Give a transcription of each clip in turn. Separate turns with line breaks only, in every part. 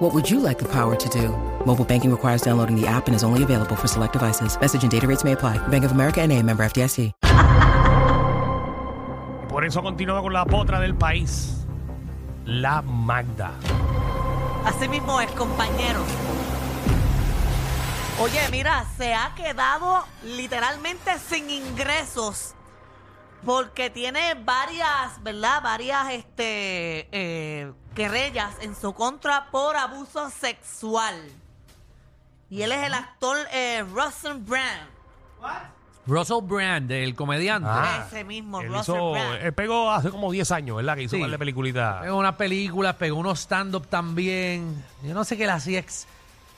What would you like the power to do? Mobile banking requires downloading the app and is only available for select devices. Message and data rates may apply. Bank of America and a member FDIC.
Y por eso continúa con la potra del país, la Magda.
Así mismo es, compañero. Oye, mira, se ha quedado literalmente sin ingresos porque tiene varias, ¿verdad? Varias este, eh, querellas en su contra por abuso sexual. Y él es el actor eh, Russell Brand.
Russell Brand, el comediante.
Ah,
ese mismo,
Él,
Russell
hizo, eh,
Brand.
él pegó hace como 10 años, ¿verdad? Que hizo
Sí.
un par de peliculitas.
Pegó unas películas, pegó unos stand-up también. Yo no sé qué le hacía. ex-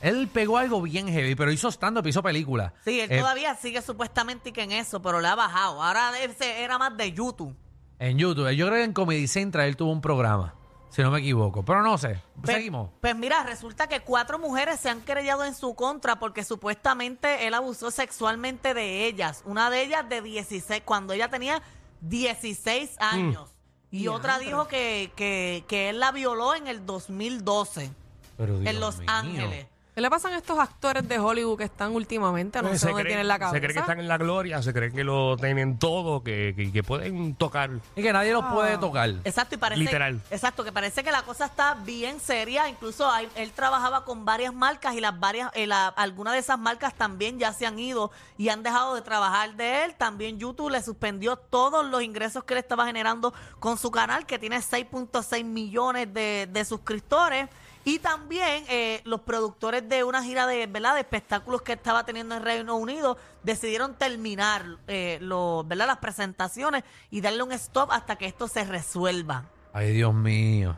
Él pegó algo bien heavy, pero hizo stand-up, hizo películas.
Sí, él
Eh,
todavía sigue supuestamente que en eso, pero le ha bajado. Ahora ese era más de YouTube.
En YouTube. Yo creo que en Comedy Central él tuvo un programa, si no me equivoco. Pero no sé.
Pe-
Seguimos.
Pues mira, resulta que cuatro mujeres se han querellado en su contra porque supuestamente él abusó sexualmente de ellas. Una de ellas de 16, cuando ella tenía 16
Mm.
años. Y otra dijo que, que, que él la violó en el 2012.
Pero Dios
en Los
mío.
Ángeles.
¿Qué le pasan a estos actores de Hollywood que están últimamente? No
Entonces,
sé dónde tienen la cabeza.
Pues, se cree que están en la gloria, se cree que lo tienen todo, que, que- que pueden tocar.
Y que nadie los puede tocar.
Exacto, y parece.
Literal.
Exacto, que parece que la cosa está bien seria. Incluso hay- él trabajaba con varias marcas y las varias, eh, la- algunas de esas marcas también ya se han ido y han dejado de trabajar de él. También YouTube le suspendió todos los ingresos que él estaba generando con su canal, que tiene 6.6 millones de, de suscriptores. Y también eh, los productores de una gira de, ¿verdad? de espectáculos que estaba teniendo en Reino Unido decidieron terminar eh, los, ¿verdad? las presentaciones y darle un stop hasta que esto se resuelva.
Ay, Dios mío.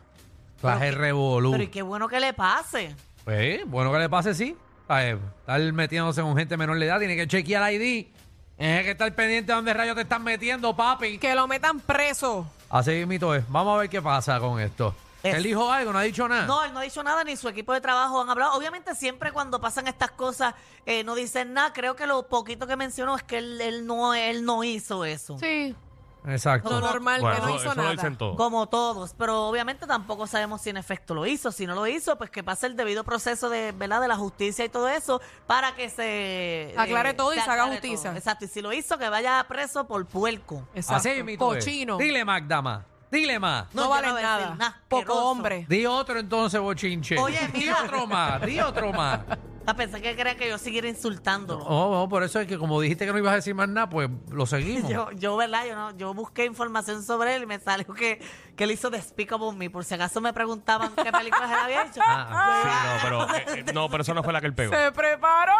Traje
Pero
revolú.
Pero y qué bueno que le pase.
Eh, bueno que le pase, sí. Ay, estar metiéndose con gente menor de edad, tiene que chequear ID. Tiene que estar pendiente de dónde rayos te estás metiendo, papi.
Que lo metan preso.
Así mismo es. Vamos a ver qué pasa con esto.
Es-
Él dijo algo, no ha dicho nada.
No, él no ha dicho nada, ni su equipo de trabajo han hablado. Obviamente siempre cuando pasan estas cosas eh, no dicen nada. Creo que lo poquito que mencionó es que él, él no, él no hizo eso.
Sí.
Exacto.
Lo normal,
Bueno,
que no
eso-
hizo
eso lo
nada.
dicen todos.
Como todos, pero obviamente tampoco sabemos si en efecto lo hizo. Si no lo hizo, pues que pase el debido proceso de, ¿verdad? de la justicia y todo eso para que se...
Aclare todo y se haga
aclare
justicia.
todo. Exacto, y si lo hizo, que vaya preso por puerco.
Exacto.
Así mismo es.
Cochino.
Dile Magda más. Dile más.
No,
No,
yo
vale
no voy a decir
nada.
nada,
Poco
asqueroso.
hombre.
Di otro entonces, bochinche.
Oye,
di
mira.
otro más, di otro más.
A pensar Ah, que crea que yo siguiera insultándolo.
Oh, oh, por eso es que como dijiste que no ibas a decir más nada, pues lo seguimos.
Yo, yo, ¿verdad? Yo, no, yo busqué información sobre él y me salió que, que él hizo Despicable Me. Por si acaso me preguntaban qué películas él había hecho.
Ah, sí, no, pero, eh, eh, no, pero eso no fue la que él pegó.
Se preparó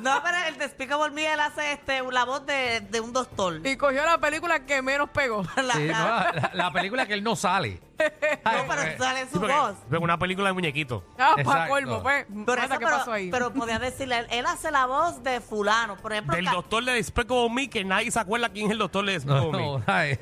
No, pero el Despicable Me, él hace este, la voz de, de un doctor.
y cogió la película que menos pegó.
La-
Sí, no,
la-
la, la película que él no sale. pues,
no, pero sale
pues, Sí,
su
porque
voz.
fue una película de muñequito.
Ah,
Exacto.
para colmo, pues.
Pero,
Mata,
eso,
¿Qué
pero-
pasó ahí?
pero podía decirle, él, él hace la voz de fulano. Por ejemplo,
Del
Ca-
doctor de Despicable Me, que nadie se acuerda quién es el doctor de Despicable
No,
Me.
no, ay.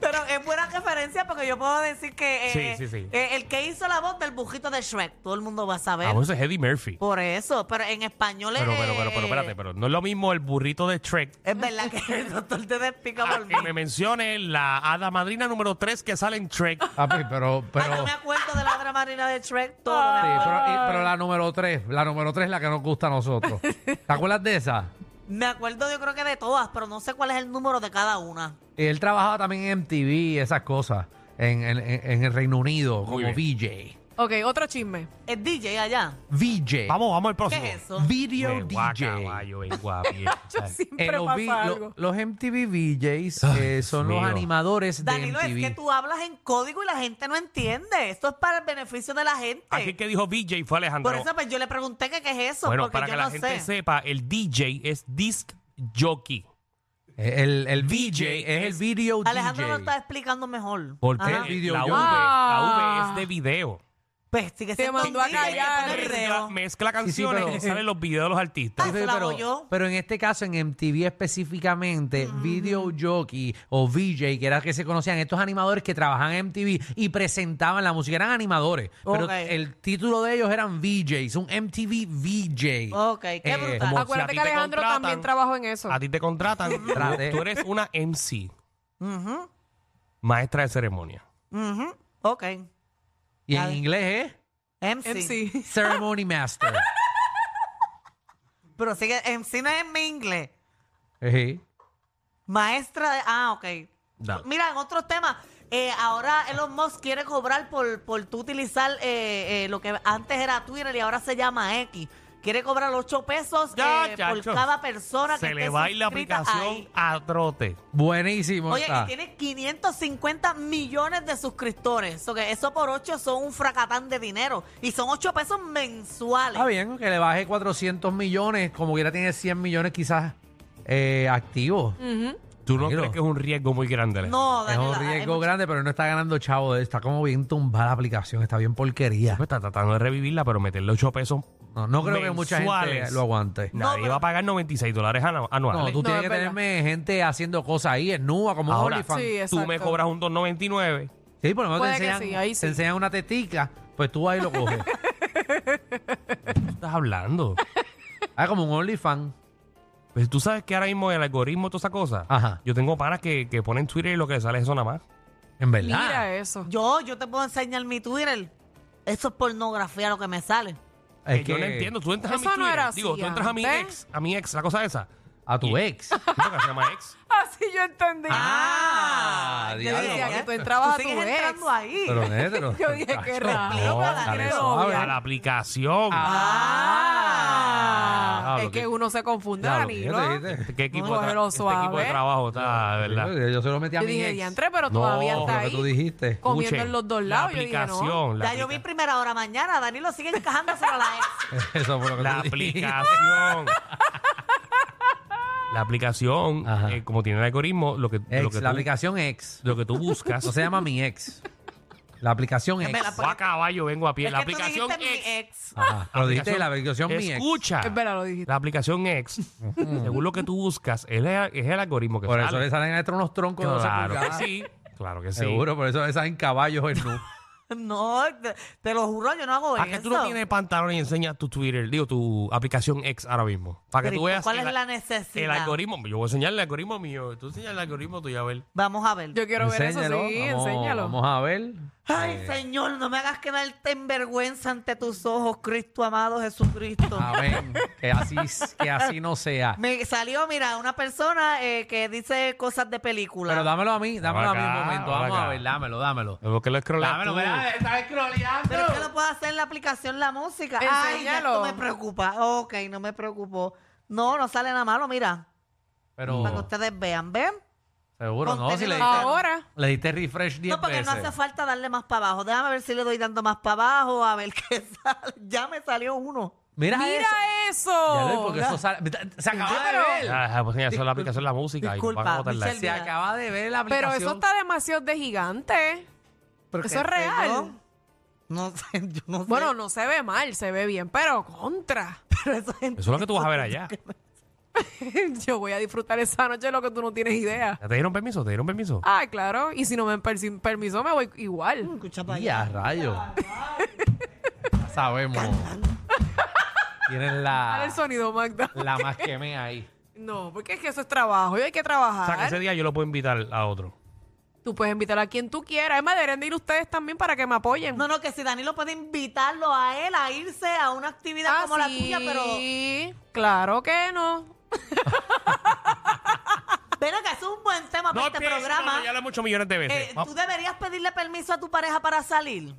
pero es buena referencia porque yo puedo decir que eh,
Sí, sí, sí.
eh, el que hizo la voz del bujito de Shrek, todo el mundo va a saber.
Ah, bueno, ese es Eddie Murphy.
Pues,
Por eso, pero en español
Pero,
es...
pero, pero, pero, espérate, pero no es lo mismo el burrito de Shrek
Es verdad que el doctor te despica
a
por mí.
que Ah, me mencione la hada madrina número 3 que sale en Shrek.
Papi, pero, pero,
Ah, no me
sí,
acuerdo de la dramarina de Shrek, todo.
Ah.
me
pero,
acuerdo.
y- pero la número 3, la número 3 es la que nos gusta a nosotros. ¿Te acuerdas de esa?
Me acuerdo yo creo que de todas, pero no sé cuál es el número de cada una.
Y él trabajaba también en MTV y esas cosas, en, en- en- en el Reino Unido,
Muy
como
bien.
VJ.
Ok, otro chisme.
Es DJ allá.
VJ.
Vamos, vamos al
¿Qué
próximo.
es eso?
Video
Me voy a
DJ.
caballo, vengo a pie, ¿sabes?
Eh,
Siempre
los,
pasa
vi- lo-
algo.
los MTV VJs eh, son
mío.
los animadores de
Danilo, es
MTV.
que tú hablas en código y la gente no entiende. Esto es para el beneficio de la gente.
Aquí el que dijo DJ fue Alejandro.
Por eso pues, yo le pregunté que qué es eso,
bueno,
porque
para
yo
que
no
la gente
sé.
sepa, el DJ es disc jockey.
Eh, El, el
VJ
VJ es el
es-
video
Alejandro
DJ.
lo está explicando mejor.
Porque
Ajá.
el video
la V,
jockey.
la V
Ah.
es de video.
Pues sí que
Te
se
mandó a
Ah,
callar.
Mezcla, mezcla
Sí, sí,
canciones
pero-
y salen los videos de los artistas.
Ah, se la hago
pues,
yo.
pero en este caso, en MTV específicamente, Video Jockey o VJ, que era que se conocían estos animadores que trabajaban en MTV y presentaban la música, eran animadores,
Ok.
pero el título de ellos eran VJs, un MTV VJ.
Ok, qué
eh,
brutal.
como si a
Acuérdate
ti
que
te
Alejandro
contratan-
también trabajó en eso.
A ti te contratan. tú-
Traté.
tú eres una MC. Maestra de ceremonia.
Ujú, Ok.
Y en inglés
MC.
MC.
es Ceremony Master.
Pero sigue, MC no es en mi inglés.
Ejí.
Maestra de. Ah, ok.
Dale.
Mira, en otros temas, eh, ahora Elon Musk quiere cobrar por, por tú utilizar eh, eh, lo que antes era Twitter y ahora se llama X. Quiere cobrar 8 pesos
Ya,
eh, por
chacho.
cada persona que
Se le
esté
va a ir la
suscrita
aplicación
ahí.
a trote.
Buenísimo.
Oye,
está.
y tiene 550 millones de suscriptores. So que eso por 8 son un fracatán de dinero. Y son 8 pesos mensuales.
Está
Ah,
bien, que le baje 400 millones, como quiera tiene 100 millones quizás eh, activos.
Mm,
Ujú.
¿Tú no
Tranquilo.
crees que es un riesgo muy grande? Alejandro?
No,
Es
Daniela,
un
hay
riesgo
mucho-
grande, pero no está ganando chavo. de- Está como bien tumbada la aplicación, está bien porquería.
Pues Está tratando de revivirla, pero meterle 8 pesos.
No, no creo que mucha gente
Mensuales.
lo aguante. No,
Nadie
pero-
va a pagar 96 dólares anu- anuales.
tú
No,
tienes
es
que
verdad.
tenerme gente haciendo cosas ahí, en nua, como un
Ahora,
OnlyFans.
Sí,
Sí.
exacto.
tú me cobras un 2.99.
por lo menos
Puede
te
que
enseñan,
sí, ahí
te
sí.
enseñan una tetica, pues tú ahí lo coges.
¿Qué estás hablando?
ah, como un OnlyFans.
Pues tú sabes que ahora mismo el algoritmo, toda esa cosa.
Ajá.
Yo tengo panas que, que ponen Twitter y lo que les sale es eso nada más.
En verdad.
Mira eh. eso.
Yo, yo te puedo enseñar mi Twitter. Eso es pornografía lo que me sale.
Es
que, yo no entiendo. Tú entras a mi
Eso no
Twitter.
era así
Digo, tú entras a mi
antes.
ex, a mi ex, la cosa esa.
A tu ex.
¿Cómo que se llama ex?
Así yo entendí.
Ah,
Yo
diablo.
decía que tú
¿eh?
entrabas a
sigues
tu ex.
entrando ahí.
Pero, Néstor,
Yo dije, qué
tacho,
raro,
no,
la
dale
tiene
suave.
novia.
A la aplicación.
Ah,
Ah,
es
lo
que
que-
uno se confunde,
Ya, lo que yo
Danilo.
te dije.
¿Qué equipo,
Cógelo
de tra- este equipo de
suave.
trabajo está, de verdad?
Yo se lo metí a
Yo
mi
dije,
ex.
diantre, pero
No,
todavía
Por
está
lo
ahí.
que tú dijiste.
comiendo
Escuchen,
en los dos lados.
La
Yo dije, no.
aplicación. la
Ya yo vi
aplica-
primera hora mañana. Danilo sigue encajándose a la ex.
Eso fue lo que
La
tú dijiste.
aplicación. la aplicación,
Ajá.
eh, como tiene el algoritmo, lo que,
Ex,
lo que,
la
tú,
aplicación ex.
lo que tú buscas.
No se llama mi ex. La aplicación ex.
la-
o a caballo vengo a pie.
Es
la
que tú
aplicación
dijiste
ex.
mi ex.
Ajá, pero dijiste la aplicación mi ex.
Escucha.
Es verdad, lo dijiste.
La aplicación ex, según lo que tú buscas, es, la- es el algoritmo que
Por
sale.
eso le salen adentro unos troncos de 12
claro que
pulgadas.
sí. Claro que sí.
Seguro, por eso le salen caballos en nu.
No, te, te lo juro, yo no hago
¿Para
eso.
Ah, que tú no tienes pantalón y enseñas tu Twitter, digo, tu aplicación ex ahora mismo? Para que
Cristo,
tú veas
¿Cuál
el-
es la necesidad?
el algoritmo. Yo voy a enseñar el algoritmo mío. Tú enseñas el algoritmo tuyo, a ver.
Vamos a ver.
Yo quiero ver eso, sí,
Enséñalo, vamos,
enséñalo.
Vamos a ver.
Ay,
Eh.
Señor, no me hagas quedarte en vergüenza ante tus ojos, Cristo amado Jesucristo.
Ah.
A ver, que así, que así no sea.
Me salió, mira, una persona eh, que dice cosas de película.
Pero dámelo a mí, dámelo a mí
acá,
un momento.
dame
Vamos a
acá.
ver, dámelo, dámelo.
¿Por qué lo scrolleas
Dámelo,
tú?
eh.
mira, está escroleando.
Pero es que lo puedo hacer en la aplicación la música. Ay, ya
Enséñalo.
esto me preocupa. Ok, no me preocupó. No, no sale nada malo, mira. Para
Oh.
que
Pero
ustedes vean, ¿ven?
seguro, no, si le diste,
Ahora,
le diste refresh 10
No, porque
veces.
no hace falta darle más para abajo. Déjame ver si le doy dando más para abajo, a ver qué sale. Ya me salió uno.
Mira, eso.
mira eso.
Ya lo vi, porque eso sale- Se acaba de
pero-
ver.
Ah, pues ya, eso es la aplicación de la música.
Disculpa,
y van a botarla.
Michelle,
Se acaba de ver la
Pero
aplicación.
eso está demasiado de gigante.
Porque
Eso es real.
yo- No sé, yo no sé.
Bueno, no se ve mal, se ve bien, pero contra.
pero eso es-
Eso es lo que tú vas a ver allá.
Yo voy a disfrutar esa noche lo que tú no tienes idea.
¿Ya te dieron permiso? ¿Te dieron permiso?
Ah, claro. Y si no me dan per- sin permiso, me voy igual.
Escucha para allá.
Ya, rayo. Ya sabemos. Tienen
Dale el
la,
sonido, Magda.
la más que me ahí.
No, porque es que eso es trabajo y hay que trabajar.
O sea, que ese día yo lo puedo invitar a otro.
Tú puedes invitar a quien tú quieras. Es más, deberían de ir ustedes también para que me apoyen.
No, no, que si Danilo puede invitarlo a él a irse a una actividad
Ah,
como la tuya, pero.
sí, claro que no.
Pero que eso es un buen tema para este
empieces,
programa.
no, ya lo hemos hecho millones de veces.
Eh,
Vamos.
¿Tú deberías pedirle permiso a tu pareja para salir?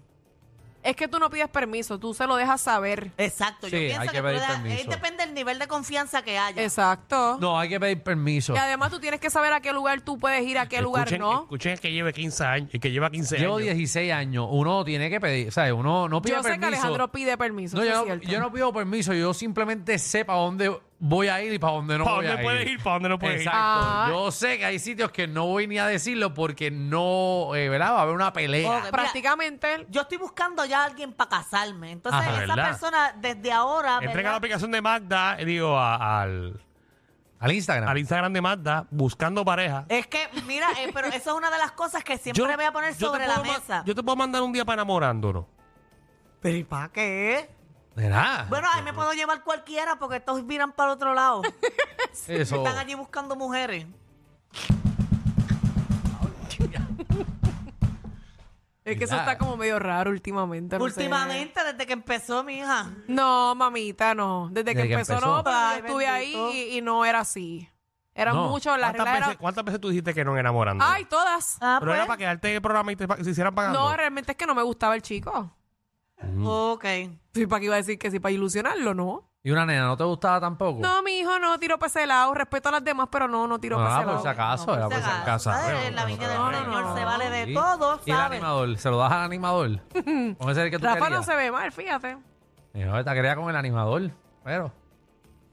Es que tú no pides permiso, tú se lo dejas saber.
Exacto, yo
Sí,
pienso
hay que
que tú
pedir
le das-
permiso.
eh, depende del nivel de confianza que haya.
Exacto.
No, hay que pedir permiso.
Y además tú tienes que saber a qué lugar tú puedes ir, a qué lugar
Escuchen-
no.
Escuchen el que lleve 15 años, el que lleva 15
Llevo
años.
16 años. Uno tiene que pedir. O sea, uno no pide
Yo sé
permiso.
que Alejandro pide permiso.
no,
eso es
yo, no,
cierto.
yo no pido permiso. Yo simplemente sepa dónde voy a ir y para donde no
¿Para
voy
dónde
a
puedes ir? ¿Para dónde no puedes
Exacto.
Ah.
Yo sé que hay sitios que no voy ni a decirlo porque no, eh, ¿verdad? Va a haber una pelea.
Ok. Mira,
Prácticamente.
Yo estoy buscando ya a alguien para casarme. Entonces,
Ajá,
esa
¿verdad?
persona desde ahora. Ah, ¿verdad?
Entrega la aplicación de Magda, eh, digo, a- al,
Al Instagram.
al Instagram de Magda, buscando pareja.
Es que, mira, eh, pero eso es una de las cosas que siempre voy a poner
yo te
sobre la
puedo ma-
mesa.
Yo te puedo mandar un día para enamorándonos.
¿Pero y para qué?
¿Verdad?
Bueno, ahí me puedo llevar cualquiera porque estos miran para el otro lado.
Eso.
Están allí buscando mujeres.
Es que eso
Mira.
está como medio raro últimamente. no sé.
Últimamente, desde que empezó mi hija.
No, mamita, no. Desde que,
Desde que
empezó,
empezó.
no, pero yo
Ay,
estuve
bendito.
ahí y, y no era así. Eran
No.
muchos, las
¿Cuántas
reglas
veces,
eran...
cuántas veces tú dijiste que no enamorándonos?
Ay, todas.
Ah,
Pero
pues.
era para quedarte en el programa y te pa- se hicieran
Ah.
pagando.
No, realmente es que no me gustaba el chico.
Ok.
Sí, ¿para qué iba a decir que sí? ¿Para ilusionarlo? No.
¿Y una nena no te gustaba tampoco?
No, mi hijo, no tiro para ese lado. Respeto a las demás, pero no, no tiro para
Ah,
ese
por
lado.
si acaso, era por si
acaso.
acaso.
Ay,
Bueno,
en la viña del
no, no,
Señor
no,
se
no.
vale de
Sí.
todo,
Y el
¿sabes?
animador, se lo das al animador. Con ese que tú
Rafa no
querías.
se ve mal, fíjate.
Eh, no, esta quería con el animador, pero...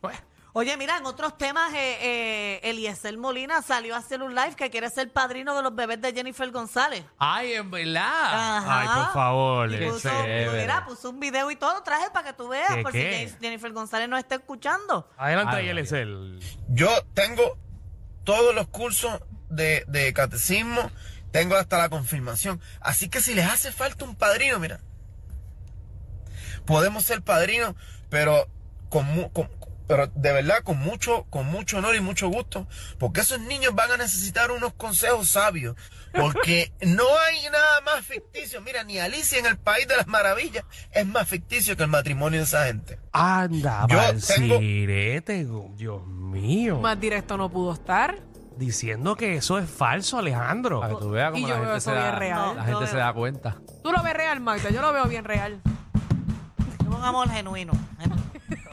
pues,
Oye, mira, en otros temas, eh, eh, Eliezer Molina salió a hacer un live que quiere ser padrino de los bebés de Jennifer González.
¡Ay, en verdad!
Ajá.
Ay, por favor.
Y
eh.
puso,
chévere.
mira, puso un video y todo, traje para que tú veas,
¿Qué,
por
qué?
si Jen- Jennifer González no está escuchando.
Adelante,
Ay,
ahí, él es
María.
el...
Yo tengo todos los cursos de, de catecismo, tengo hasta la confirmación. Así que si les hace falta un padrino, mira, podemos ser padrinos, pero con, mu- con- pero de verdad con mucho, con mucho honor y mucho gusto, porque esos niños van a necesitar unos consejos sabios, porque no hay nada más ficticio. Mira, ni Alicia en el País de las Maravillas es más ficticio que el matrimonio de esa gente.
Anda,
Yo
pa'l
tengo-
sirete, go- Dios mío.
Más directo no pudo estar.
Diciendo que eso es falso, Alejandro.
Para que tú veas cómo
Y
la
yo veo
gente,
eso
se da,
bien real.
la gente
Yo
se
veo.
da cuenta.
Tú lo ves real, Magda. Yo lo veo bien real.
Es un amor genuino.